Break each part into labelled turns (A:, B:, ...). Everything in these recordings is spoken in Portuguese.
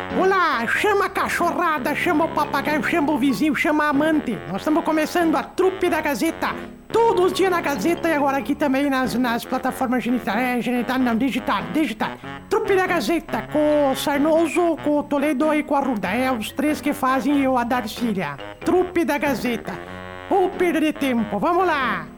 A: chama, chama a cachorrada, chama o papagaio, chama o vizinho, chama a amante. Nós estamos começando a trupe da Gazeta. Todos os dias na Gazeta e agora aqui também nas, nas plataformas genital, é, genital não, digital, digital. Trupe da Gazeta, com o Sarnoso, com o Toledo e com a Ruda. É os três que fazem eu a Darcília. Trupe da Gazeta. Ou perder tempo, vamos lá!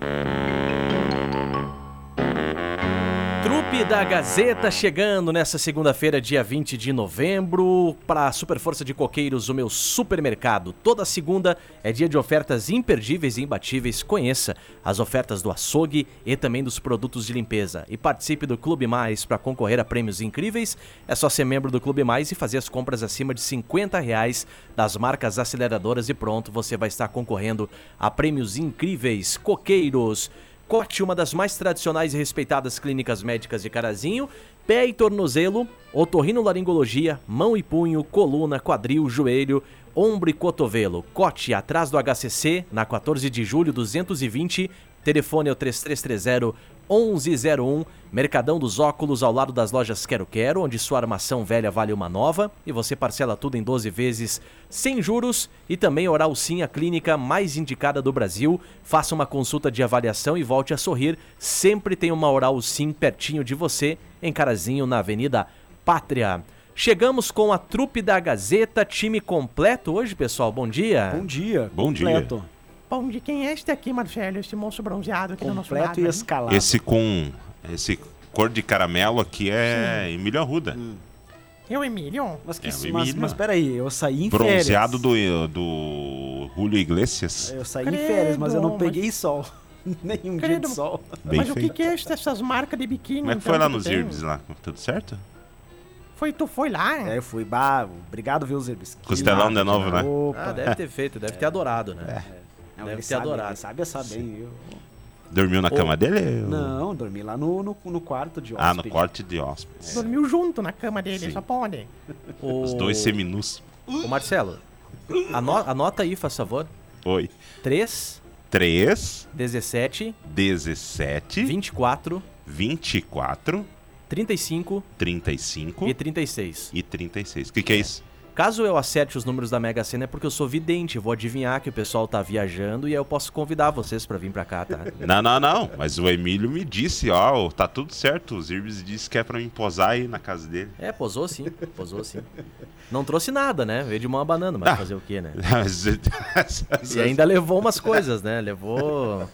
B: Trupe da Gazeta chegando nessa segunda-feira, dia 20 de novembro, para a Super Força de Coqueiros, o meu supermercado. Toda segunda é dia de ofertas imperdíveis e imbatíveis. Conheça as ofertas do açougue e também dos produtos de limpeza. E participe do Clube Mais para concorrer a prêmios incríveis. É só ser membro do Clube Mais e fazer as compras acima de 50 reais das marcas aceleradoras e pronto, você vai estar concorrendo a prêmios incríveis. Coqueiros. Cote, uma das mais tradicionais e respeitadas clínicas médicas de Carazinho, pé e tornozelo, otorrinolaringologia, mão e punho, coluna, quadril, joelho, ombro e cotovelo. Cote, atrás do HCC, na 14 de julho 220, telefone é o 3330 1101, Mercadão dos Óculos ao lado das lojas Quero Quero, onde sua armação velha vale uma nova e você parcela tudo em 12 vezes sem juros e também Oral Sim, a clínica mais indicada do Brasil. Faça uma consulta de avaliação e volte a sorrir. Sempre tem uma Oral Sim pertinho de você, em Carazinho, na Avenida Pátria. Chegamos com a trupe da Gazeta, time completo hoje, pessoal. Bom dia.
C: Bom dia.
D: Bom dia.
C: Completo.
A: Bom, de quem é este aqui, Marcelo? Este monstro bronzeado aqui do nosso lado.
C: Completo e
B: né?
A: hein?
C: escalado.
D: Esse com. Esse cor de caramelo aqui é Emílio Arruda.
A: Eu, Emílio.
C: Mas, que,
D: É,
C: isso-
D: o
C: mas,
D: Emílio.
C: mas peraí, eu saí em
D: Bronzeado
C: férias.
D: do, do Julio Iglesias.
A: É,
C: Eu saí
A: Credo,
C: em férias, mas eu não
A: mas-
C: peguei sol. Nenhum dia
A: Credo.
C: de sol.
D: Bem
A: Mas o que,
D: feito.
A: que é este- essas marcas de biquíni?
D: Como é que
A: então,
D: foi lá
A: que
D: nos
A: tem?
D: Irbes lá? Tudo certo?
A: Foi, tu foi lá? né?
C: Aí É, eu fui, bah, obrigado, viu, Zerbis.
D: Costelão de novo, né?
B: Ah,
C: Opa.
B: deve ter feito, deve ter adorado, né?
C: Não,
B: Deve
C: ele
B: ter
C: sabe,
B: adorado.
C: Ele sabe essa bem, viu?
D: Dormiu na cama dele?
C: Não, dormi lá no, no, no quarto de hóspede.
D: Ah, no corte de hóspedes.
A: Dormiu junto na cama dele,
D: Sim.
A: só pode.
B: O...
D: Os dois seminus.
B: Ô, Marcelo, ano... anota aí, faz favor.
D: Oi.
B: 3,
D: 3,
B: 17,
D: 17,
B: 24,
D: 24,
B: 35
D: 35
B: e 36.
D: e 36. O que, que é isso?
B: Caso eu acerte os números da Mega Sena é porque eu sou vidente, vou adivinhar que o pessoal tá viajando e aí eu posso convidar vocês pra vir pra cá, tá?
D: Não, não, não. Mas o Emílio me disse, ó, tá tudo certo. Os Irbes disse que é pra mim posar aí na casa dele.
B: É, posou sim, posou sim. Não trouxe nada, né? Veio de uma banana, mas
D: Ah.
B: fazer o quê, né? E
D: e
B: ainda levou umas coisas, né? Levou.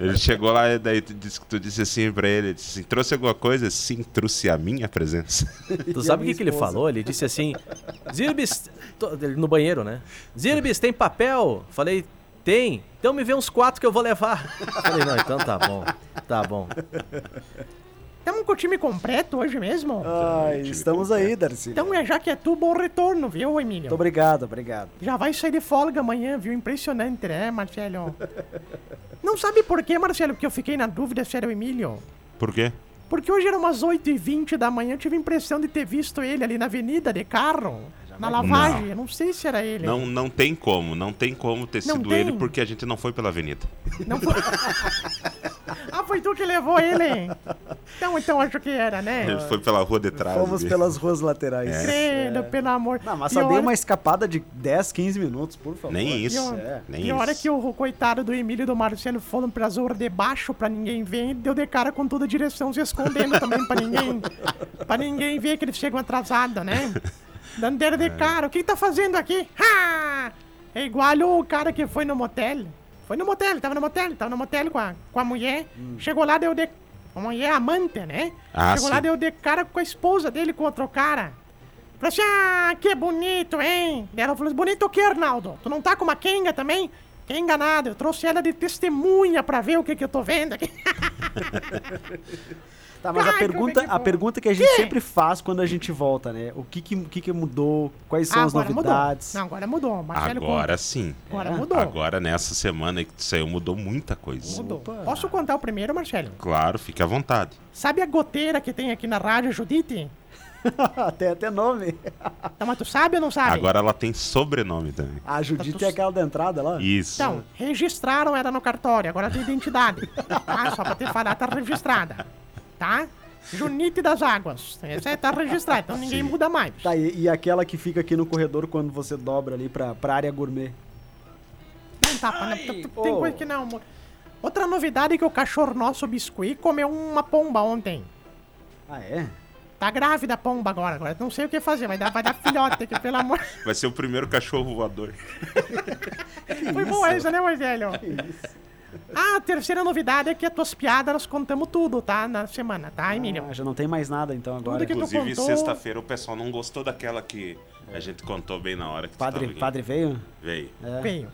D: Ele chegou lá e daí tu disse, tu disse assim pra ele, disse assim, trouxe alguma coisa? Sim, trouxe a minha presença.
B: Tu
C: a
B: sabe o que,
C: minha
B: que ele
C: esposa?
B: falou? Ele disse assim: Zirbis. Tô- ele No banheiro, né? Zirbis, tem papel? Falei, tem. Então me vê uns quatro que eu vou levar. Falei, não, então tá bom. Tá bom.
A: Estamos com o time completo hoje mesmo?
C: Ai, Ah, estamos aí, Darcy.
A: Então é já que é tu, bom retorno, viu, Emílio?
C: Muito obrigado, obrigado.
A: Já vai sair de folga amanhã, viu? Impressionante, né, Marcelo? Não sabe por quê, Marcelo, que eu fiquei na dúvida se era o Emílio.
D: Por quê?
A: Porque hoje eram umas 8h20 da manhã, eu tive a impressão de ter visto ele ali na avenida de carro, na lavagem.
D: Não.
A: Eu não sei se era ele.
D: Não, não tem como, não tem como ter
A: Não
D: sido
A: tem.
D: ele porque a gente não foi pela avenida.
A: Não foi... ah, foi tu que levou ele? Então, então acho que era, né?
D: Ele foi pela rua de É. trás.
C: Fomos
D: dele.
C: pelas ruas laterais. É.
A: Credo, pelo amor.
C: Não, mas
A: E
C: só dei
A: olha-
C: uma escapada de 10, 15 minutos, por favor.
D: Nem isso,
A: Pior.
C: é,
D: nem
A: E a
D: isso.
A: hora que o coitado do Emílio e do Marcelo foram pra zona de baixo pra ninguém ver, deu de cara com toda a direção se escondendo também pra ninguém. pra ninguém ver que eles chegam atrasados, né? Dando dedo
D: É.
A: de cara. O que tá fazendo aqui? Ha! É igual o cara que foi no motel. Foi no motel, tava no motel, tava no motel com a, com a mulher. Chegou lá, deu de. A mulher amante, né?
D: Hum. Ah,
A: Chegou lá,
D: sim.
A: deu de cara com a esposa dele, com outro cara. Falei assim, ah, que bonito, hein? E ela falou assim, bonito o que, Arnaldo? Tu não tá com uma Kenga também? Kenga nada, eu trouxe ela de testemunha pra ver o que que eu tô vendo aqui.
C: Tá, mas a
A: Ai,
C: pergunta,
A: como é que
C: a
A: foi?
C: pergunta que a gente
A: Quê?
C: sempre faz quando a gente volta, né? O que que, o que, que mudou? Quais são as
A: mudou.
C: novidades?
A: Não, agora mudou. Marcelo
D: Agora sim.
A: conta. Agora mudou.
D: Agora nessa semana aí que tu saiu mudou muita coisa.
A: Mudou.
C: Opa.
A: Posso contar o primeiro, Marcelo?
D: Claro, fique à vontade.
A: Sabe a goteira que tem aqui na rádio, Judite?
C: até, até nome.
A: Então, mas tu sabe ou não sabe?
D: Agora ela tem sobrenome também.
C: A Judite
A: tu-
C: é aquela da entrada lá.
D: Isso.
A: Então, registraram ela no cartório, agora tem identidade. tá? Só pra te falar, tá registrada. Tá? Junite das águas. Essa aí tá registrada, então ninguém
D: Sim.
A: muda mais.
C: Tá, e, e aquela que fica aqui no corredor quando você dobra ali pra, pra área gourmet.
A: Não tapa, né? Tem
C: oh.
A: coisa que não. mo- Outra novidade é que o cachorro nosso, o Biscuit, comeu uma pomba ontem.
C: Ah, é?
A: Tá grávida a pomba agora, agora. Não sei o que fazer, vai dar, vai dar filhote aqui, pelo amor.
D: Vai ser o primeiro cachorro voador.
A: Foi boa essa, né, Marcelo? Ah, a terceira novidade é que as tuas piadas nós contamos tudo, tá? Na semana, tá, Emílio?
C: Ah, já não tem mais nada então agora.
A: que tu
D: Inclusive,
A: contou-
D: sexta-feira o pessoal não gostou daquela que a gente contou bem na hora que é? tu tava
C: Padre,
D: aqui.
C: padre É. veio?
D: Veio.
A: Veio.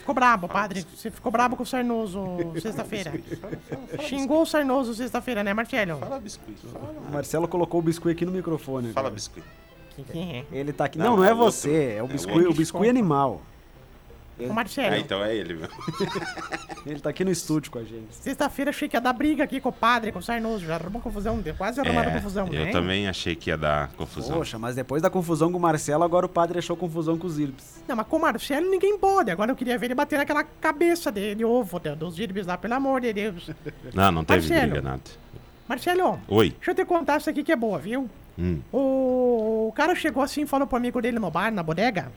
A: Ficou brabo, padre. Você ficou brabo com o Sarnoso sexta-feira. Xingou o Sarnoso sexta-feira, né, Marcelo?
D: Fala biscuit. Fala,
C: O Marcelo colocou o biscuit aqui no microfone.
D: Ah. fala
C: agora.
D: biscuit.
A: Que que é?
C: Ele tá aqui.
D: Não,
C: Não, não é
D: é outro.
C: você, é o
D: É
C: biscuit,
D: outro.
C: o biscuit animal.
A: Ô,
D: Ah,
A: Marcelo,
D: então é ele, meu.
C: Ele tá aqui no estúdio com a gente.
A: sexta-feira achei que ia dar briga aqui com o padre, com o Sarnoso. Já arrumou confusão, deu quase arrumaram confusão,
D: É, eu
A: né?
D: também achei que ia dar confusão.
C: Poxa, mas depois da confusão com o Marcelo, agora o padre achou confusão com os Irps.
A: Não, mas com o Marcelo ninguém pode. Agora eu queria ver ele bater naquela cabeça de, de ovo de- dos írbis lá, pelo amor de Deus.
D: Não, não teve
A: Marcelo.
D: briga, nada.
A: Marcelo,
D: Oi.
A: deixa eu te contar isso aqui que é boa, viu?
D: Hum.
A: O, o cara chegou assim e falou pro amigo dele no bar, na bodega.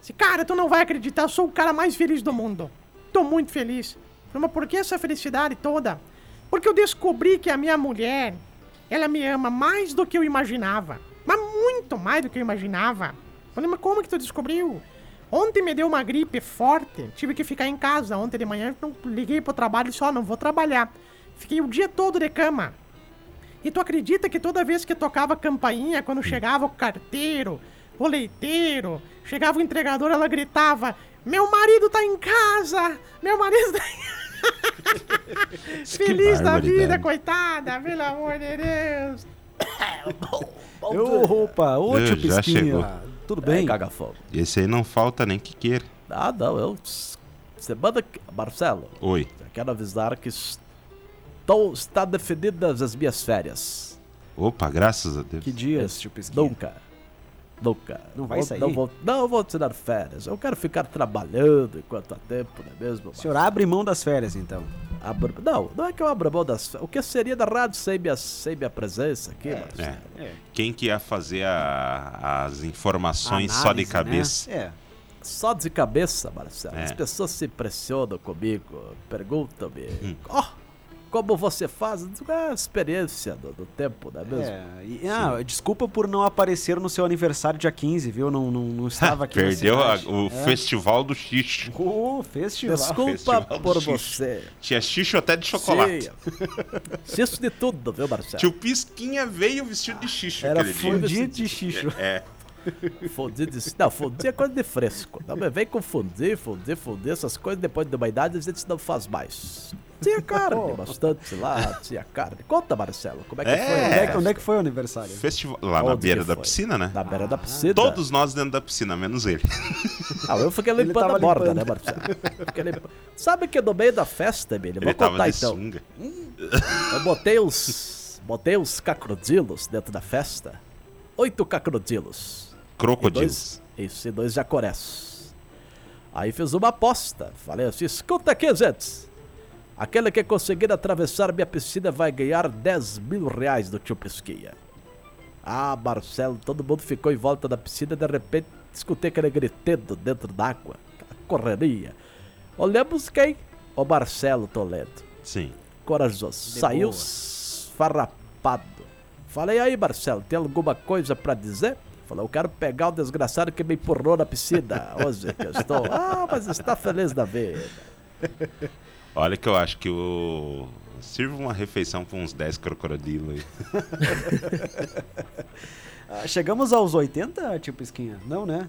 A: Esse cara, tu não vai acreditar, eu sou o cara mais feliz do mundo. Tô muito feliz. Falei, mas por que essa felicidade toda? Porque eu descobri que a minha mulher, ela me ama mais do que eu imaginava. Mas muito mais do que eu imaginava. Falei, mas como que tu descobriu? Ontem me deu uma gripe forte, tive que ficar em casa ontem de manhã, não liguei pro trabalho e só não vou trabalhar. Fiquei o dia todo de cama. E tu acredita que toda vez que tocava campainha, quando chegava o carteiro, o leiteiro, chegava o entregador, ela gritava: Meu marido tá em casa! Meu marido tá em casa! Feliz da vida,
D: barbaridade.
A: coitada, pelo amor de Deus!
C: Ô, opa, ô
D: Eu,
C: tio
D: já chegou.
C: Pisquinha. Tudo bem?
B: É, caga fogo.
D: Esse aí não falta nem que queira.
B: Ah, não, eu. Semana que. Marcelo,
D: Oi.
B: eu quero avisar que estou, está definidas as minhas férias.
D: Opa, graças a Deus.
C: Que dias, tio Pisquinha?
B: Nunca. Nunca.
C: Não vai
B: Vou-
C: sair?
B: Não vou, não vou tirar férias. Eu quero ficar trabalhando enquanto há tempo, não é mesmo?
C: O senhor abre mão das férias, então.
B: Abro- não, não é que eu abra mão das férias. O que seria da rádio sem minha, sem minha presença aqui, Marcelo?
D: É. Quem que ia fazer a- as informações
C: Análise,
D: só de cabeça?
C: Né?
B: Só de cabeça, Marcelo.
D: É.
B: As pessoas se impressionam comigo,
D: Hum.
B: perguntam-me, ó, como você faz? Eu digo, "Ah, experiência do, do tempo, não é mesmo?
C: É. é. E, ah, desculpa por não aparecer no seu aniversário dia 15, viu? Não, não, não estava aqui. É. na
D: Perdeu a-
C: cidade.
D: o festival do xixo.
C: Ô, festival.
B: Desculpa
D: Festival do
B: por
D: um Xixi.
B: você.
D: Tinha xixo até de chocolate.
B: Sim. Isso de tudo, viu, Marcelo?
D: Tio Pisquinha veio vestido de xixo
C: Era
D: aquele dia.
C: fundido de xixo.
D: É,
B: Fundir de... Não, fundir é coisa de fresco. Não me vem confundir, fundir, fundir, essas coisas depois de uma idade a gente não faz mais. Tinha carne, bastante lá, tinha carne. Conta, Marcelo, como é que
D: É.
B: foi?
C: Onde, é que, onde é que foi o aniversário?
D: festival. Lá na
B: Onde
D: beira
B: que
D: da
B: foi?
D: piscina, né?
B: Na beira da piscina.
D: Todos nós dentro da piscina, menos ele.
B: Ah, eu fiquei
C: Ele
B: limpando
C: tava
B: a borda,
C: limpando.
B: né, Marcelo? Fiquei limpa- Sabe que no meio da festa, Emílio,
D: Ele
B: vou
D: tava
B: contar
D: de
B: então.
D: sunga.
B: Eu botei os. Botei os crocodilos dentro da festa. Oito crocodilos. E
D: Crocodilos.
B: dois, isso, e dois jacarés. Aí fiz uma aposta. Falei assim: escuta aqui, gente. Aquele que conseguir atravessar minha piscina vai ganhar 10 mil reais do tio Pesquinha. Ah, Marcelo, todo mundo ficou em volta da piscina de repente escutei aquele gritando dentro d'água. aquela Correria. Olhamos quem? O Marcelo Toledo
D: Sim.
B: corajoso.
C: De
B: Saiu
C: boa.
B: farrapado. Falei, aí, Marcelo, tem alguma coisa pra dizer? Falei, eu quero pegar o desgraçado que me empurrou na piscina hoje que eu estou. Ah, mas está feliz da vida.
D: Olha que eu acho que o. Sirva uma refeição com uns 10 crocodilos aí.
C: Ah, chegamos aos 80, tio Pisquinha? Não, né?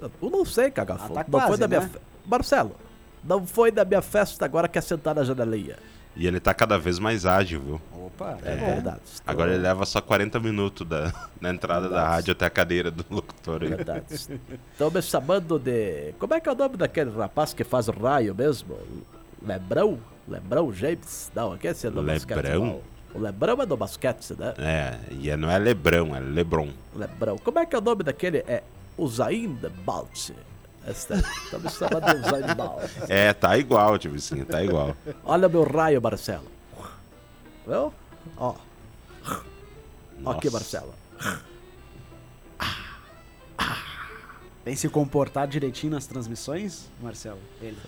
B: Eu não sei, cagafo.
C: Ah, tá
B: não foi
C: quase,
B: da minha
C: né?
B: fe- Marcelo, não foi da minha festa agora que é sentar na janelinha.
D: E ele tá cada vez mais ágil, viu?
C: Opa,
B: É,
C: bom.
B: verdade. estou-
D: Agora ele leva só 40 minutos da, da entrada da
B: Verdade.
D: rádio até a cadeira do locutor aí.
B: Verdade. Estão me chamando de. Como é que é o nome daquele rapaz que faz raio mesmo? Lebrão? Lebrão James? Não, aqui é esse do basquete.
D: Lebrão?
B: não. O Lebrão é do basquete, né?
D: É, e é- não é Lebrão, é Lebron.
B: Lebrão. Como é que é o nome daquele? É Usainda Balt. Estão tá me chamando de Usain Balt.
D: É, tá igual, tipo assim, tá igual.
B: Olha meu raio, Marcelo. Viu? Ó.
D: Nossa.
C: Ok, Marcelo. Tem que se comportar direitinho nas transmissões, Marcelo? Ele.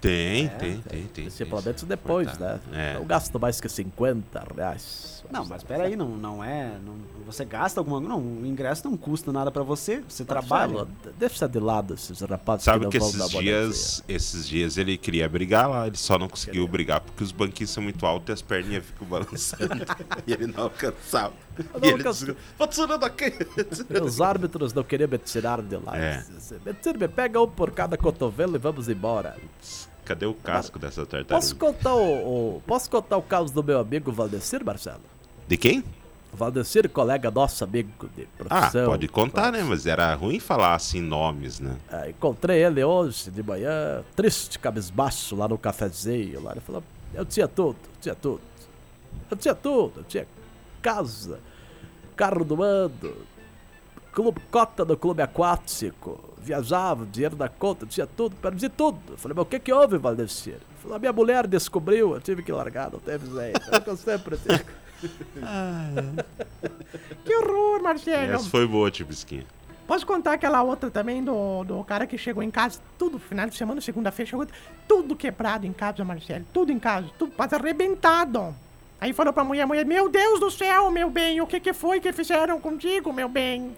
D: Tem, tem, tem, tem.
B: Esse é
D: tem
B: pelo
D: isso.
B: menos depois, né?
D: É.
B: Eu gasto mais que 50 reais.
C: Não,
A: Tá
C: mas peraí, não, não é. não- você gasta alguma coisa. Não, o ingresso não custa nada pra você. Você trabalha.
B: Marcelo, d- Deixa de lado esses rapazes
D: Sabe
B: não
D: que
B: vão dar
D: esses
B: boa
D: dias,
B: é.
D: esses dias ele queria brigar lá, ele só não conseguiu brigar porque os banquinhos são muito altos e as perninhas ficam balançando. e ele não alcançava.
B: Eu
D: e
B: não
D: ele
B: alcanço.
D: desligou. Funcionando aqui.
B: notícia. Os árbitros não queriam me tirar de lá.
D: É.
B: Me me pega um por cada cotovelo e vamos
D: Tá
B: embora.
D: Cadê o casco dessa tartaruga?
B: Posso contar o, o- posso contar o caos do meu amigo Valdecir, Marcelo?
D: De quem?
B: Valdecir, colega nosso, amigo de
D: Ah,
B: profissão.
D: pode contar, né? Mas era ruim falar assim nomes, né?
B: Ah, encontrei ele hoje de manhã, triste, cabisbaixo, lá no cafezinho. Lá. Ele falou: Eu tinha tudo, eu tinha tudo. Eu tinha tudo, eu tinha casa, carro do ano, clube, cota do clube aquático, viajava, dinheiro da conta, eu tinha tudo, perdi tudo. Eu falei: Mas o que, que houve, Valdecir? Ele falou: A minha mulher descobriu, eu tive que largar, não teve jeito. É o que eu sempre tive.
A: Que horror,
B: É,
A: Marcelo.
D: Essa foi boa, tipo, Tibisquinha.
A: Posso contar aquela outra também do, do cara que chegou em casa, tudo, final de semana, segunda-feira, chegou tudo quebrado em casa, Marcelo. Tudo em casa, tudo quase arrebentado. Aí falou pra mulher, mulher, meu Deus do céu, meu bem, o que que foi que fizeram contigo, meu bem?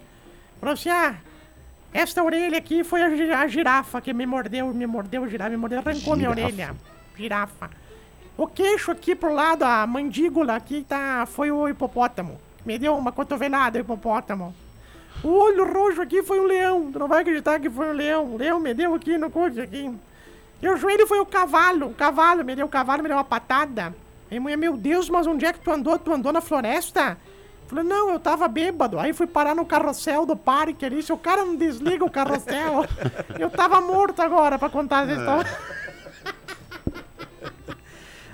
A: Falou assim, ah, esta orelha aqui foi a, gi- a girafa que me mordeu, me mordeu, girafa, me mordeu, arrancou minha
D: Girafa.
A: orelha. Girafa. O queixo aqui pro lado, a mandíbula aqui, tá, foi o hipopótamo. Me deu uma cotovelada, o hipopótamo. O olho roxo aqui foi um leão. Tu não vai acreditar que foi um leão. O leão me deu aqui no coxo aqui. E o joelho foi o cavalo. O cavalo me deu o cavalo, me deu uma patada. Aí mulher, meu Deus, mas onde é que tu andou? Tu andou na floresta? Falei, não, eu tava bêbado. Aí fui parar no carrossel do parque ali. Se o cara não desliga o carrossel, eu tava morto agora pra contar essa história.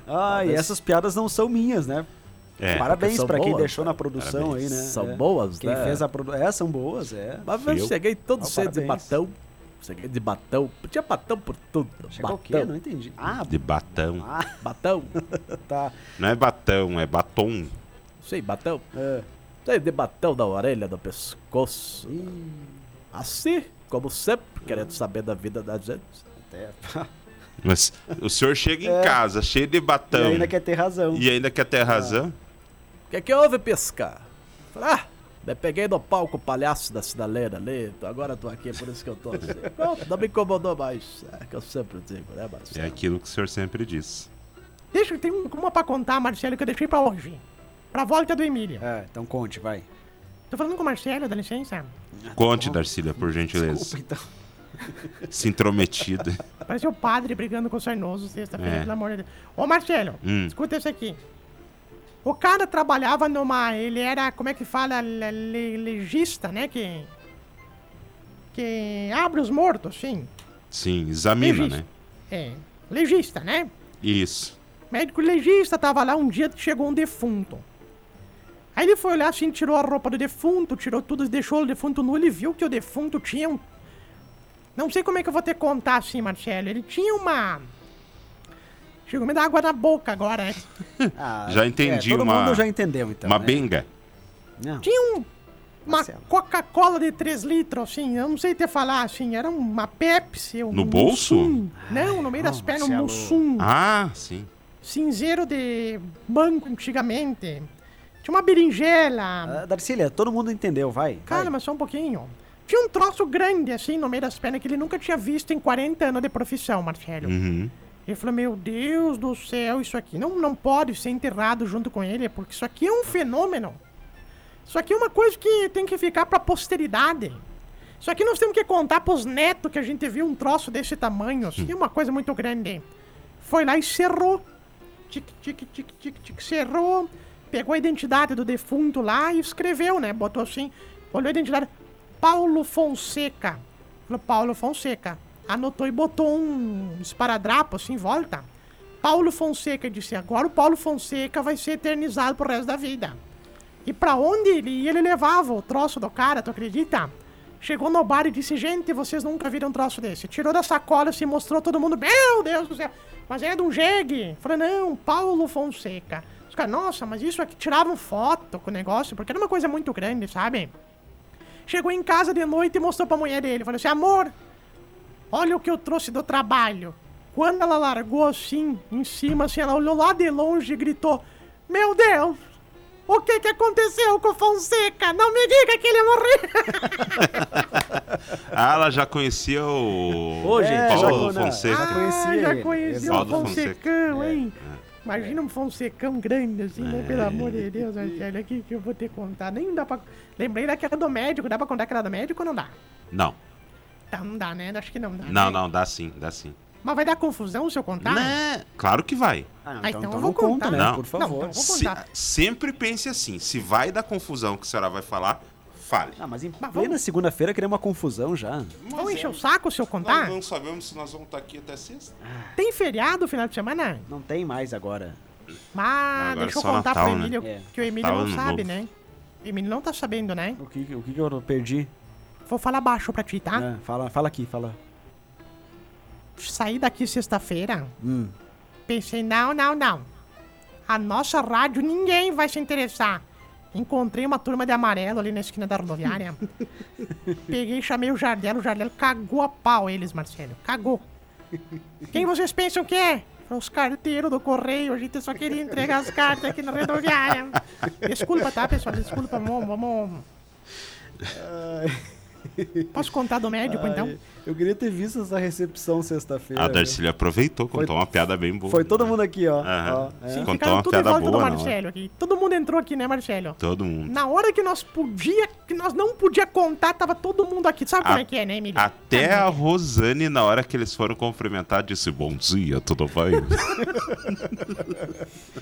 C: Ah, e essas piadas não são minhas, né?
D: É.
C: Parabéns
B: são
C: pra quem
B: boas,
C: deixou
B: né?
C: na produção
D: Parabéns.
C: aí, né?
B: São
C: É.
B: boas,
C: Quem
B: né?
C: fez a produção. É, são boas, é.
B: Mas eu
D: Eu?
B: cheio todo
C: Ah,
B: cheio de
C: parabéns.
B: batão. Cheguei de batão. Tinha batão por tudo.
C: Chegou o quê?
B: batão,
C: Não entendi. Ah,
D: De batão.
C: ah
B: batão.
C: tá.
D: Não é batão, é batom.
B: Sei, batão.
C: É.
B: Cheio de batão da orelha, do pescoço. Assim, como sempre, querendo saber da vida da gente.
C: Até.
D: Mas o senhor chega
B: É.
D: em casa cheio de
C: E
D: batão é
C: ainda quer ter
B: um
C: razão.
B: Ah.
D: ter razão.
B: O que, que houve, pescar? Ah, me peguei no palco palhaço da sinaleira ali. tô- Agora tô aqui, por isso que eu tô assim. Pronto, não me incomodou mais. É que eu sempre digo, né,
D: É
B: Marcelo?
D: aquilo que o senhor sempre diz.
A: Deixa, tem um- uma pra contar, Marcelo, que eu deixei pra hoje. Pra volta do Emílio.
C: É, então conte, vai.
A: Tô falando com o Marcelo, dá licença.
D: Conte, Darcília, por gentileza.
C: Desculpa, então.
D: Se intrometido.
A: Parece o padre brigando com o Sarnoso sexta-feira,
D: É.
A: pelo amor de Deus. Ô, Marcelo,
D: Hum.
A: escuta isso aqui. O cara trabalhava numa. Ele era, como é que fala? Le- le- legista, né? Que. Que abre os mortos, sim.
D: Sim, examina,
A: Legista.
D: né?
A: É. Legista, né?
D: Isso.
A: Médico legista tava lá um dia que chegou um defunto. Aí ele foi olhar assim, tirou a roupa do defunto, tirou tudo, deixou o defunto nu, ele viu que o defunto tinha um. Não sei como é que eu vou ter que contar assim, Marcelo. Ele tinha uma. Chegou a me dar água na boca agora, né?
C: Ah,
D: Já entendi
C: é, todo
D: uma-
C: mundo já entendeu, então.
D: Uma
C: né?
D: benga.
C: Não.
A: Tinha um. Uma
C: Marcelo.
A: Coca-Cola de 3 litros, assim, eu não sei te falar, assim, era uma Pepsi. Um
D: No bolso?
A: Mussum. Não, no meio das
C: não,
A: pernas, um
C: Marcelo.
A: mussum.
D: Ah, sim.
A: Cinzeiro de banco antigamente. Tinha uma berinjela.
C: Ah, Darcília, todo mundo entendeu, vai.
A: Cara,
C: vai.
A: mas só um pouquinho. Tinha um troço grande, assim, no meio das pernas, que ele nunca tinha visto em 40 anos de profissão, Marcelo.
D: Uhum.
A: Ele falou, meu Deus do céu, isso aqui não, não pode ser enterrado junto com ele, porque isso aqui é um fenômeno. Isso aqui é uma coisa que tem que ficar pra posteridade. Isso aqui nós temos que contar pros netos que a gente viu um troço desse tamanho. Isso aqui é uma coisa muito grande. Foi lá e cerrou. Tic, tic, tic, tic, tic, cerrou. Pegou a identidade do defunto lá e escreveu, né? Botou assim, olhou a identidade. Paulo Fonseca. Falou, Paulo Fonseca. Anotou e botou um esparadrapo assim em volta. Paulo Fonseca disse: agora o Paulo Fonseca vai ser eternizado pro resto da vida. E pra onde ele ia, ele levava o troço do cara, tu acredita? Chegou no bar e disse, gente, vocês nunca viram um troço desse. Tirou da sacola, se mostrou todo mundo, meu Deus do céu, mas é de um jegue. Falei, não, Paulo Fonseca. Os caras, nossa, mas isso aqui tiravam foto com o negócio, porque era uma coisa muito grande, sabe? Chegou em casa de noite e mostrou pra mulher dele. Falou assim: amor, olha o que eu trouxe do trabalho. Quando ela largou assim, em cima, assim, ela olhou lá de longe e gritou: Meu Deus! O que que aconteceu com o Fonseca? Não me diga que ele morreu!
D: Ah, ela já conhecia o.
B: Ô, gente,
D: Paulo
C: já- não,
D: Fonseca.
A: Ah.
C: já conhecia
A: já
C: ele.
A: conhecia o
D: Exato.
A: Fonsecão,
D: Fonseca. É,
A: hein? Imagina um Fonsecão grande assim, né? Pelo amor
D: é.
A: de Deus, olha aqui que eu vou ter que contar. Nem dá pra. Lembrei daquela do médico, dá pra contar aquela do médico ou não dá?
D: Não,
A: Tá, não dá, né? Acho que não dá.
D: não,
A: né?
D: não, dá sim, dá sim.
A: Mas vai dar confusão se eu contar?
D: Né? Claro que vai.
C: Ah, não,
A: Ah,
C: então,
A: então Tá. eu
C: então
A: vou
C: não conta,
A: contar.
C: né?
D: Não.
C: Por favor.
A: Não, então- Vou
D: Se-
A: contar.
D: sempre pense assim: se vai dar confusão que a senhora vai falar, fale.
C: Ah, mas em
A: Mas
C: plena
A: vamos-
C: segunda-feira criou uma confusão já.
A: Vão
D: Mas
A: encher
D: é,
A: o saco se eu contar?
D: Nós não sabemos se nós vamos estar aqui até sexta.
A: Tem feriado final de semana?
C: Não tem mais agora.
A: Ah,
D: Agora
A: deixa eu
D: só
A: contar
D: Natal,
A: pro
D: né?
A: Emílio,
C: É.
A: que o Emílio
D: Natal,
A: não
D: Ano
A: sabe,
D: Novo.
A: né? O Emílio não tá sabendo, né?
C: O que, o que que eu perdi?
A: Vou falar baixo pra ti, tá?
C: Ah, fala, fala aqui, fala.
A: Saí daqui sexta-feira,
C: Hum.
A: Pensei, não, não, não. A nossa rádio ninguém vai se interessar. Encontrei uma turma de amarelo ali na esquina da rodoviária. Peguei, chamei o Jardel, o Jardel cagou a pau eles, Marcelo. Cagou. Quem vocês pensam que é? Os carteiros do correio, a gente só queria entregar as cartas aqui na rodoviária. Desculpa, tá, pessoal? Desculpa, vamos. vamos... Posso contar do médico, então?
C: Eu queria ter visto essa recepção sexta-feira.
D: A Darcília aproveitou, contou uma piada bem boa.
C: É. Foi todo mundo aqui, ó.
D: Aham.
C: Ó, é.
D: Sim. Contou
A: Então, Ficaram
D: uma
A: tudo
D: piada
A: em volta do
D: boa, não. é?
A: Marcelo aqui. Todo mundo entrou aqui, né, Marcelo?
D: Todo mundo.
A: Na hora que nós podia, que nós não podia contar, tava todo mundo aqui. Sabe como é que é, né, Emílio?
D: Até a
A: Sabe
D: Rosane, na hora que eles foram cumprimentar, disse: Bom dia, tudo bem?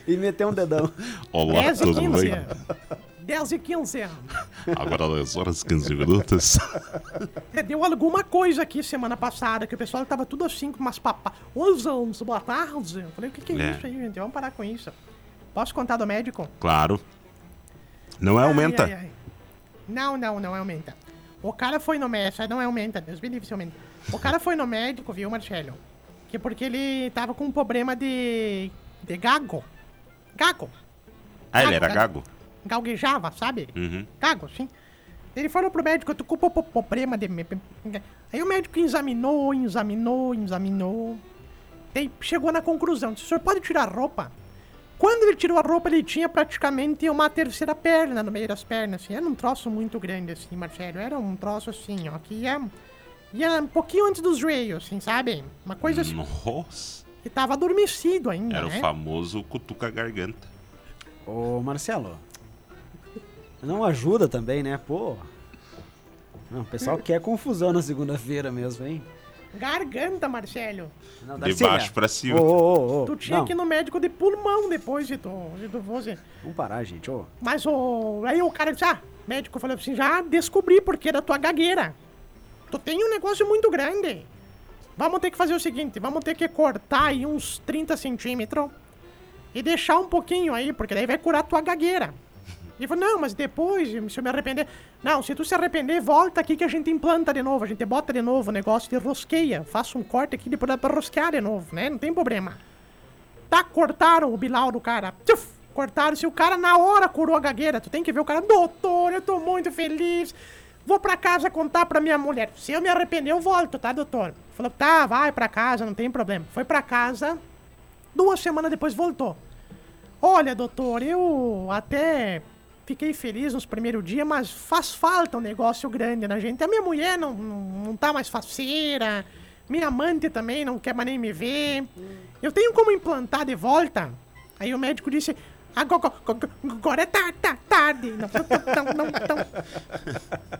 C: E meteu um dedão.
A: como é
D: Olá,
A: que é? 10 e
D: tudo
A: 15.
D: bem?
A: 10 e é. 15.
D: Agora 10 horas e 15 minutos.
A: É, Deu alguma coisa aqui semana passada, que o pessoal tava tudo assim, com umas papas. Os anos, boa tarde. Eu falei, o que, que é,
D: É.
A: isso aí, gente? Vamos parar com isso. Posso contar do médico?
D: Claro. Não é aumenta.
A: Ai, ai, ai. Não, não, não aumenta. O cara foi no médico. Não é aumenta, Deus me livre se aumenta. O cara foi no médico, viu, Marcelo? Que porque ele tava com um problema de. de gago. Gago.
D: Ah, ele era gago?
A: Galguejava, sabe?
D: Uhum.
A: Gago, sim. Ele falou pro médico, eu tô com po- po- problema de. Aí o médico examinou, examinou, examinou. Daí chegou na conclusão: disse, o senhor pode tirar a roupa? Quando ele tirou a roupa, ele tinha praticamente uma terceira perna no meio das pernas, assim. Era um troço muito grande, assim, Marcelo. Era um troço assim, ó, que ia. ia um pouquinho antes dos joelhos, assim, sabe? Uma coisa assim.
D: Nossa.
A: que tava adormecido ainda.
D: Hum. Era o
A: né?
D: famoso cutuca a garganta.
C: Ô, Marcelo. Não ajuda também, né? Pô. Não, o pessoal quer confusão na segunda-feira mesmo, hein?
A: Garganta, Marcelo.
C: Não, é.
D: De baixo pra cima.
C: Ô, ô, ô, ô.
A: Tu tinha
C: Não,
A: que ir no médico de pulmão depois de tu, de tu fosse.
C: vamos parar, gente. Ô,
A: Mas o. Aí o cara disse, ah, médico falou assim, já descobri porque da tua gagueira. Tu tem um negócio muito grande. Vamos ter que fazer o seguinte, vamos ter que cortar aí uns 30 centímetros e deixar um pouquinho aí, porque daí vai curar tua gagueira. Ele falou, não, mas depois, se eu me arrepender. Não, se tu se arrepender, volta aqui que a gente implanta de novo, a gente bota de novo o negócio de rosqueia. Faça um corte aqui, depois dá pra rosquear de novo, né? Não tem problema. Tá, cortaram o bilau do cara. Tchuf, cortaram. Se o cara na hora curou a gagueira, tu tem que ver o cara, doutor, eu tô muito feliz. Vou pra casa contar pra minha mulher. Se eu me arrepender, eu volto, tá, doutor? Falou, tá, vai pra casa, não tem problema. Foi pra casa. Duas semanas depois voltou. Olha, doutor, eu até fiquei feliz nos primeiros dias, mas faz falta um negócio grande na gente. A minha mulher não, não, não tá mais faceira, minha amante também não quer mais nem me ver. Eu tenho como implantar de volta? Aí o médico disse, "Ago- go- go- go- agora é tarde, tarde. Não, não, não, não, não.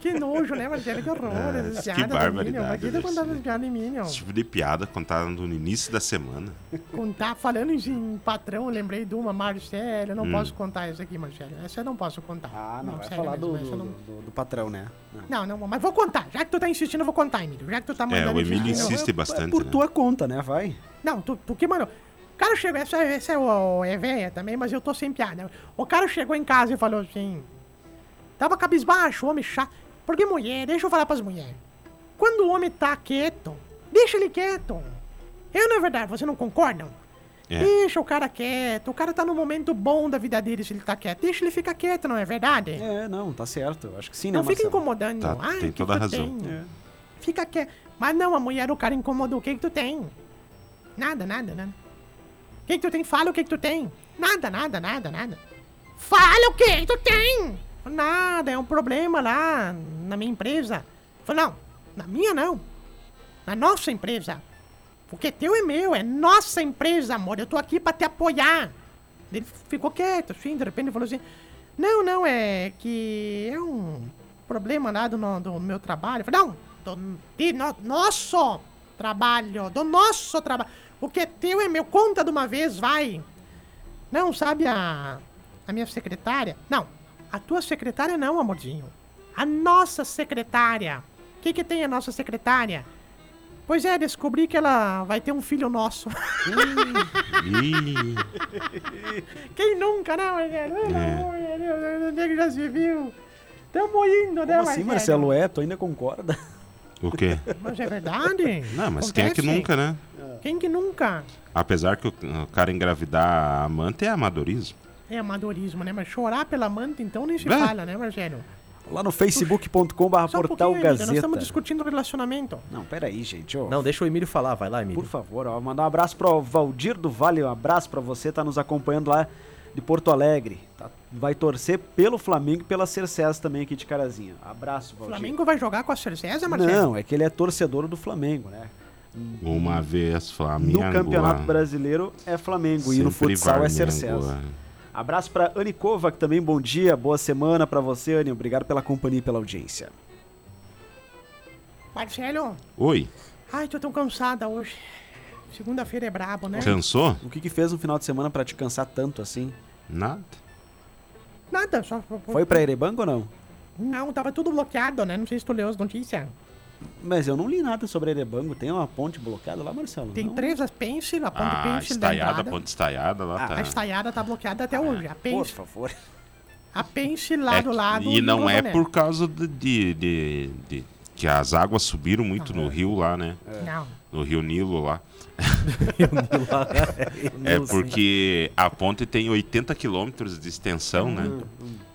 A: Que nojo, né, Marcelo? Que horror.
D: É,
A: essas
D: que
A: piadas do Minion.
D: barbaridade, né,
A: Imagina quando
D: Alexandre.
A: essas piadas em Minion.
D: Esse tipo de piada contada no início da semana.
A: Contar, falando em- em patrão, eu lembrei de uma, Marcelo. Eu
D: Hum.
A: não posso contar essa aqui, Marcelo. Essa eu não posso contar.
C: ah, não, vai
A: sério
C: falar
A: mesmo,
C: do,
A: essa eu
C: do,
A: não...
C: do- do patrão, né? Não.
A: não, não, mas vou contar. Já que tu tá insistindo, eu vou contar, Emílio. Já que tu tá mandando.
D: É, o Emílio
A: insistir, eu-
D: insiste bastante.
C: Por
D: né?
C: tua conta, né? Vai.
A: Não, tu, tu que mandou. O cara chegou, essa, essa é, o, é véia também, mas eu tô sem piada. O cara chegou em casa e falou assim. Tava cabisbaixo, homem chato. Porque mulher, deixa eu falar pras mulheres. É, Quando o homem tá quieto, deixa ele quieto. Eu, na verdade, vocês não concordam?
D: É.
A: Deixa o cara quieto. O cara tá no momento bom da vida dele se ele tá quieto. Deixa ele ficar quieto, não é verdade?
C: É, não, tá certo. Acho que sim, né,
A: não fica
C: Marcelo?
A: incomodando.
D: Tá,
A: ah,
D: tem
A: o que
D: toda
A: que
D: a
A: tu
D: razão.
A: tem?
C: É.
A: Fica quieto. Mas não, a mulher, o cara incomodou. O que que tu tem? Nada, nada, nada. O que que tu tem? Fala o que que tu tem. Nada, nada, nada, nada. Fala o que que tu tem. Nada, é um problema lá na minha empresa. Falei, não, na minha não. Na nossa empresa. Porque teu é meu, é nossa empresa, amor. Eu tô aqui pra te apoiar. Ele ficou quieto, assim, de repente falou assim: Não, não, é que é um problema lá do, no- do meu trabalho. Eu falei, não, do de no- nosso trabalho, do nosso trabalho. O que é teu é meu, conta de uma vez, vai. Não, sabe a, a minha secretária? Não, a tua secretária não, amorzinho. A nossa secretária. O que, que tem a nossa secretária? Pois é, descobri que ela vai ter um filho nosso.
D: Ih,
A: Quem nunca, né, Marcelo? Pelo
D: É.
A: amor de Deus, o nego já se viu. Tamo indo, né,
C: Como assim, Marcelo? É, tu ainda concorda?
D: o quê?
A: Mas é verdade.
D: Não, mas quem é que
A: Acontece.
D: nunca, né?
A: Quem que nunca?
D: Apesar que o o cara engravidar a amante é amadorismo.
A: É amadorismo, né? Mas chorar pela amante, então, nem se
D: É.
A: fala, né, Marcelo?
C: Lá no facebook.com.br
A: Só um
C: portal
A: pouquinho, amiga, nós
C: Gazeta.
A: estamos discutindo relacionamento.
C: Não, peraí, gente. Ô,
B: Não, deixa o Emílio falar, vai lá, Emílio.
C: Por favor, ó, mandar um abraço pro Valdir do Vale, um abraço pra você, tá nos acompanhando lá de Porto Alegre. tá? Vai torcer pelo Flamengo e pela Cercés também aqui de Carazinha. Abraço,
A: O
C: Valdir.
A: Flamengo vai jogar com a Cercesa, Marcelo?
C: Não, é que ele é torcedor do Flamengo, né?
D: Uma vez Flamengo. ah.
C: No Campeonato Brasileiro é Flamengo e no
D: sempre
C: futsal é
D: Flamengo,
C: Cercés.
D: é.
C: Abraço pra Anne Kovac também, bom dia, boa semana pra você, Anne. Obrigado pela companhia e pela audiência.
A: Marcelo,
D: Oi,
A: ai, tô tão cansada hoje. Segunda-feira é brabo, né?
D: cansou?
C: O que que fez no final de semana pra te cansar tanto assim?
D: Nada.
A: Nada, só...
C: Foi pra Erebango ou não?
A: Não, tava tudo bloqueado, né? Não sei se tu leu as notícias.
C: Mas eu não li nada sobre Erebango. Tem uma ponte bloqueada lá, Marcelo?
A: Tem
C: não?
A: três, as pence, a ponte
D: A
A: pence da
D: Ah, estaiada, a
A: entrada.
D: ponte estaiada lá
A: A
D: tá.
A: estaiada tá bloqueada até hoje. A
C: Por
A: pence,
C: favor.
A: a pence lá
D: É
A: do
D: que-
A: lado.
D: e
A: do
D: não é
A: Rodoné.
D: por causa de, de- de- de- que as águas subiram muito no rio lá, né?
A: Não.
D: No rio Nilo lá. É
B: Meu Deus.
D: porque a ponte tem 80 quilômetros de extensão, né? Hum.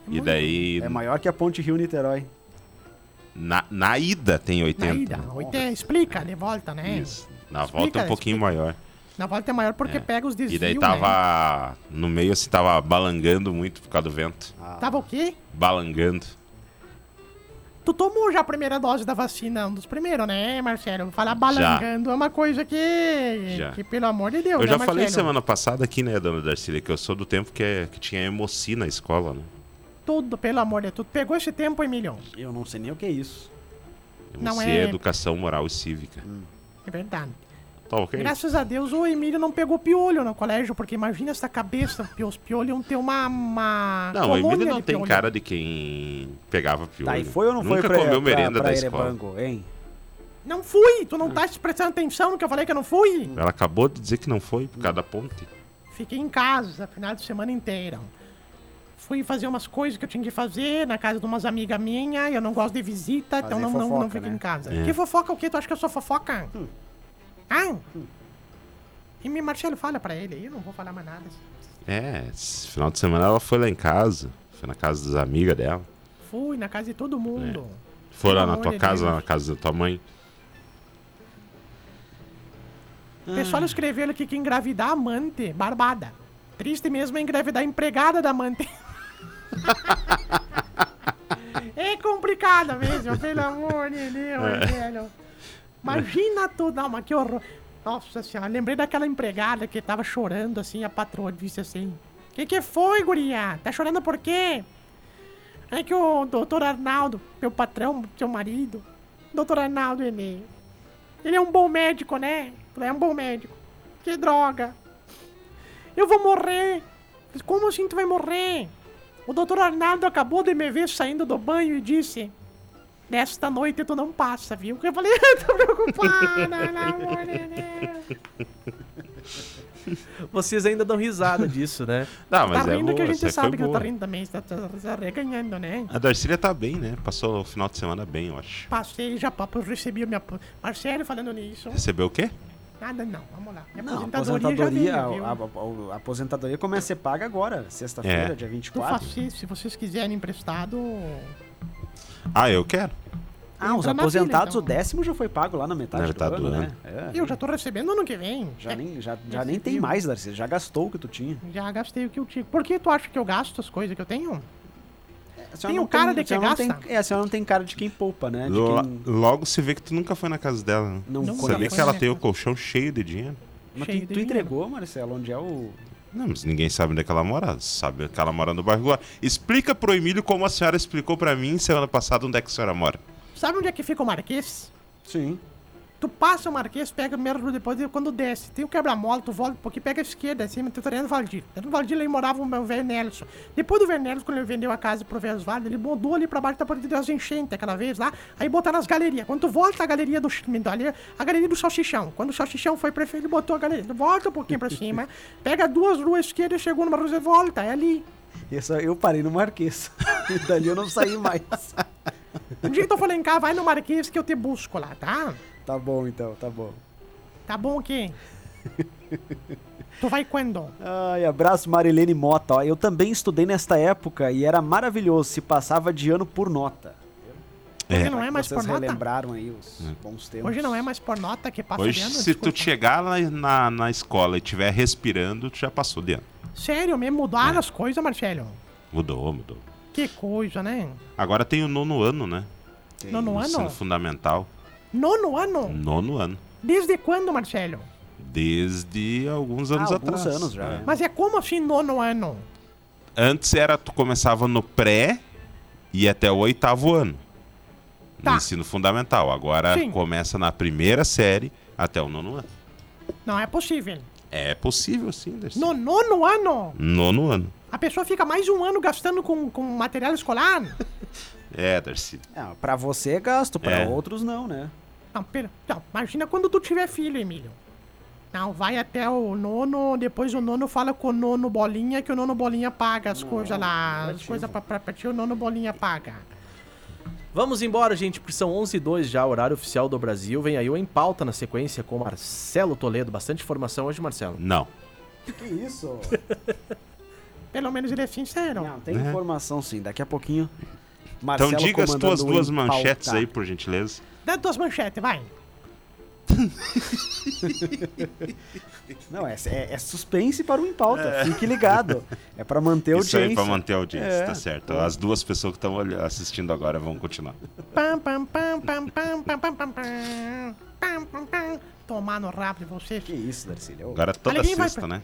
D: E daí
C: Hum. É maior que a ponte Rio-Niterói.
D: na, na ida tem
A: Na
D: 80.
A: ida. Oite, explica, de volta, né?
D: Isso. Na
A: Explica,
D: volta é um pouquinho maior.
A: Na volta é maior porque pega os
D: E
A: desvios.
D: daí
A: né?
D: tava. No meio assim, tava balangando muito por causa do vento.
A: Tava o quê?
D: Balangando.
A: Tu tomou já a primeira dose da vacina, um dos primeiros, né, Marcelo? Falar balangando é uma coisa que.
D: Já.
A: Que, pelo amor de Deus,
D: Eu
A: né,
D: já falei
A: Marcelo?
D: semana passada aqui, né, dona Darcília, que eu sou do tempo que, é- que tinha emoci na escola, né?
A: Tudo, pelo amor de Deus. Tu pegou esse tempo, Emílio?
C: Eu não sei nem o que é isso.
D: Emoci
A: Não
D: é...
A: é-
D: educação moral e cívica.
C: Hum.
A: É verdade.
D: Tá ok?
A: Graças a Deus o Emílio não pegou piolho no colégio, porque imagina essa cabeça, pi- os piolhos iam ter uma. uma
D: Não, o Emílio
A: colônia
D: não
A: de
D: tem
A: piolho.
D: cara de quem pegava piolho.
C: Tá, e foi ou não
D: Nunca
C: foi pra, pra,
D: comeu merenda
C: pra
D: da escola.
C: Erebango, hein?
A: Não fui! Tu não
D: Ah.
A: tá se prestando atenção no que eu falei que eu não fui?
C: Hum.
D: Ela acabou de dizer que não foi por causa da ponte.
A: Fiquei em casa, final de semana inteira. Fui fazer umas coisas que eu tinha que fazer na casa de umas amigas minhas. Eu não gosto de visita, então não, não, não
C: fofoca,
A: fico
C: né? Hum.
A: em casa.
D: É.
A: Que fofoca o quê? Tu acha que eu sou fofoca? Ah? E me Marcelo, fala pra ele aí, eu não vou falar mais nada.
D: É, esse final de semana ela foi lá em casa. Foi na casa das amigas dela.
A: Fui na casa de
D: É.
A: todo mundo.
D: Foi lá
A: Pelo
D: na
A: amor
D: tua
A: de
D: casa,
A: Deus.
D: lá na casa da tua mãe.
A: O pessoal escreveu aqui que engravidar amante, barbada. Triste mesmo é engravidar a empregada da amante. é complicado mesmo, pelo amor de Deus, velho. Imagina tudo, não, mas que horror. Nossa senhora, lembrei daquela empregada que tava chorando assim, a patroa disse assim: Que que foi, guria? Tá chorando por quê? É que o doutor Arnaldo, meu patrão, seu marido, doutor Arnaldo Enê, ele é um bom médico, né? Falei, É um bom médico. Que droga. Eu vou morrer. Falei, Como assim tu vai morrer? O doutor Arnaldo acabou de me ver saindo do banho e disse... Nesta noite tu não passa, viu? Eu falei, eu tô preocupada, pelo amor de Deus.
B: Vocês ainda dão risada disso, né?
D: Não,
A: Tá
D: mas é
A: rindo
D: boa,
A: que a gente
D: essa
A: sabe
D: foi
A: que eu
D: boa.
A: tô rindo também. Tá, tá, tá reganhando, né?
D: A Darcília tá bem, né? Passou o final de semana bem, eu acho.
A: Passei já, papo, recebi a minha... Marcelo falando nisso.
D: Recebeu o quê?
A: Nada não, vamos lá. Minha
C: Não, a
A: É
C: aposentadoria,
A: já vem, viu?
C: a, a- a- a aposentadoria começa a ser paga agora, sexta-feira,
D: É.
C: dia
A: Eu
C: 24.
A: faço isso, se vocês quiserem emprestado,
D: Ah, eu quero.
C: Ah, os
A: Entra na
C: aposentados,
A: fila, então.
C: o décimo já foi pago lá na metade,
D: Na metade
C: do, ano,
D: do
C: né? É.
A: eu já tô recebendo ano que vem.
C: Já
A: É,
C: nem, já, já nem tem
A: Viu?
C: mais, Darcy, já gastou o que tu tinha.
A: já gastei o que eu tinha. Por que tu acha que eu gasto as coisas que eu tenho?
C: A senhora
A: Tem
C: não
A: o cara de
C: a senhora
A: que
C: não
A: gasta.
C: Tem, é, a senhora não tem cara de quem poupa, né? De
D: Lo-
C: quem
D: Logo se vê que tu nunca foi na casa dela. Né?
C: não,
A: Não tá
D: Você
A: Nunca
D: vê
A: foi
D: que ela
A: na
D: tem o
A: casa.
D: colchão cheio de dinheiro.
C: Mas
A: cheio
C: tu,
A: de
C: tu
A: dinheiro.
C: entregou, Marcelo, onde é o...
D: Não, mas ninguém sabe onde é que ela mora. Sabe que ela mora no bairro. Guar- Explica pro Emílio como a senhora explicou pra mim semana passada onde é que a senhora mora.
A: Sabe onde é que fica o Marquês?
C: Sim.
A: Tu passa o Marquês, pega o merda depois e quando desce. Tem o quebra-mola, tu volta um pouquinho, pega a esquerda, assim, tu tá no Valdir. Dentro do Valdir ele morava o meu velho Nelson. Depois do velho Nelson, quando ele vendeu a casa pro Velho Osvaldo, ele mudou ali pra baixo tá da porta das enchentes aquela vez lá. Aí botaram as galerias. Quando tu volta a galeria do ch- ali, a galeria do Salsichão. Quando o Salsichão foi prefeito, ele botou a galeria. Tu volta um pouquinho pra cima, pega duas ruas esquerdas, chegou numa rua e volta. É ali.
C: Eu, só- eu parei no Marquês. E dali eu não saí mais.
A: Um dia que tu for lá em cá, vai no Marquês que eu te busco lá, tá?
C: tá bom, então, tá bom.
A: Tá bom o quê? tu vai quando?
C: Ai, abraço Marilene Mota. Ó, eu também estudei nesta época e era maravilhoso, se passava de ano por nota.
A: Hoje
D: É.
A: não é mais
C: Vocês
A: por nota?
C: relembraram aí os bons tempos.
A: Hoje não é mais por nota que passa
D: Hoje,
A: de ano,
D: se tu
A: desculpa.
D: chegar lá na, na escola e estiver respirando, tu já passou de ano.
A: Sério, me
D: Né?
A: mudaram as coisas, Marcelo.
D: Mudou, mudou.
A: Que coisa, né?
D: Agora tem o nono ano, né?
A: Nono
D: Ensino
A: ano?
D: fundamental.
A: Nono ano?
D: Nono ano.
A: Desde quando, Marcelo?
D: Desde alguns anos
C: alguns
D: atrás.
C: anos já.
D: É.
A: Mas é como assim nono ano?
D: Antes era tu começava no pré e até o oitavo ano.
A: Tá.
D: No ensino fundamental. Agora
A: Sim.
D: começa na primeira série até o nono ano.
A: Não é possível.
D: É possível sim, Darcy.
A: No nono ano,
D: Nono ano.
A: a pessoa fica mais um ano gastando com, com material escolar?
D: É, Darcy.
C: Ah, pra você é gasto, pra
D: É.
C: outros não, né?
A: Não, pera. Não, imagina quando tu tiver filho, Emílio. Não, vai até o nono, depois o nono fala com o nono bolinha, que o nono bolinha paga as coisas lá. As coisas pra, pra, pra ti, o nono bolinha paga.
B: Vamos embora, gente, porque são 11 e 2 já, horário oficial do Brasil. Vem aí o Em Pauta na sequência com o Marcelo Toledo. Bastante informação hoje, Marcelo.
D: Não.
C: Que isso?
A: Pelo menos ele é sincero.
C: Não, tem informação sim, daqui a pouquinho.
D: Então
C: Marcelo
D: diga as
C: comandando
D: tuas
C: o
D: duas
C: Impauta.
D: manchetes aí, por gentileza.
A: Dá duas manchetes, vai.
C: Não, é, é- é suspense para o Impauta, fique ligado. É pra manter a
D: Isso aí
C: audiência.
D: pra manter a audiência,
C: É,
D: tá certo. As duas pessoas que estão olha- assistindo agora vão continuar.
A: Pam, pam, pam, pam, pam, pam, pam, pam, pam. Pam, pam, pam. Tomar no rabo de vocês.
C: Que isso, é Darcília. ô.
D: Agora toda
A: Alegria vai
D: sexta,
A: pra-
D: né?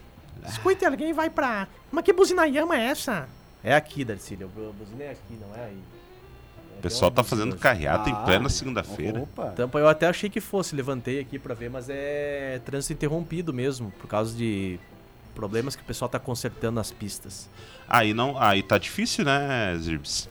A: Escuta, alguém vai pra... Mas que buzinaiama é essa?
B: É aqui, Darcília. Eu eu buzinei aqui, não é aí. Então,
D: O pessoal tá fazendo carreata em
C: Ah,
D: plena segunda-feira.
C: Opa.
B: Tampa, eu até achei que fosse, levantei aqui pra ver, mas é trânsito interrompido mesmo, por causa de problemas que o pessoal tá consertando nas pistas.
D: Aí não, aí tá difícil, né, Zirbs?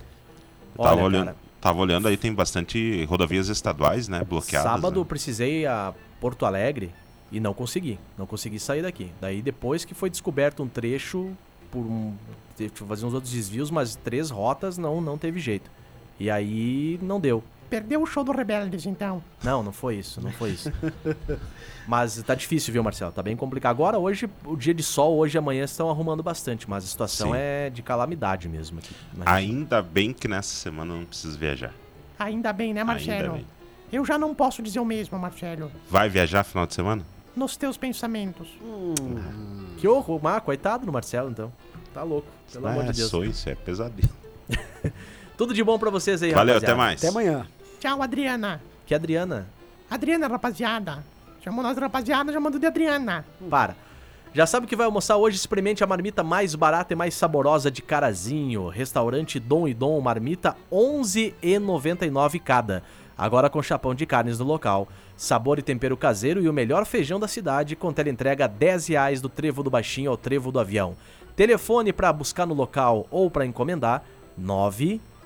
D: Eu
B: Olha,
D: tava olhando,
B: cara.
D: tava olhando aí tem bastante rodovias estaduais, né, bloqueadas.
B: Sábado eu
D: né?
B: precisei ir a Porto Alegre e não consegui, não consegui sair daqui. Daí depois que foi descoberto um trecho por um teve que fazer uns outros desvios, mas três rotas não não teve jeito. E aí não deu.
A: Perdeu o show do Rebeldes, então.
B: Não, não foi isso, não foi isso. mas tá difícil, viu, Marcelo? Tá bem complicado. Agora, hoje, o dia de sol, hoje e amanhã estão arrumando bastante, mas a situação
D: Sim.
B: é de calamidade mesmo aqui. na região.
D: Ainda bem que nessa semana eu não preciso viajar.
A: Ainda bem, né, Marcelo?
D: Ainda bem.
A: Eu já não posso dizer o mesmo, Marcelo.
D: Vai viajar final de semana?
A: Nos teus pensamentos.
B: Que horror, mas coitado do Marcelo, então. Tá louco, pelo
D: ah,
B: amor de
D: é
B: Deus.
D: só isso, é pesadelo.
B: Tudo de bom pra vocês aí,
D: Valeu,
B: rapaziada.
D: até mais.
C: Até amanhã.
A: Tchau, Adriana.
B: Que Adriana,
A: Adriana, rapaziada. Chamou nós de rapaziada, chamando de Adriana.
B: Hum. para. Já sabe o que vai almoçar hoje? Experimente a marmita mais barata e mais saborosa de Carazinho. Restaurante Dom e Dom, marmita R$ 11,99 cada. Agora com chapão de carnes no local. Sabor e tempero caseiro e o melhor feijão da cidade com teleentrega R$ 10 reais do Trevo do Baixinho ao Trevo do Avião. Telefone para buscar no local ou para encomendar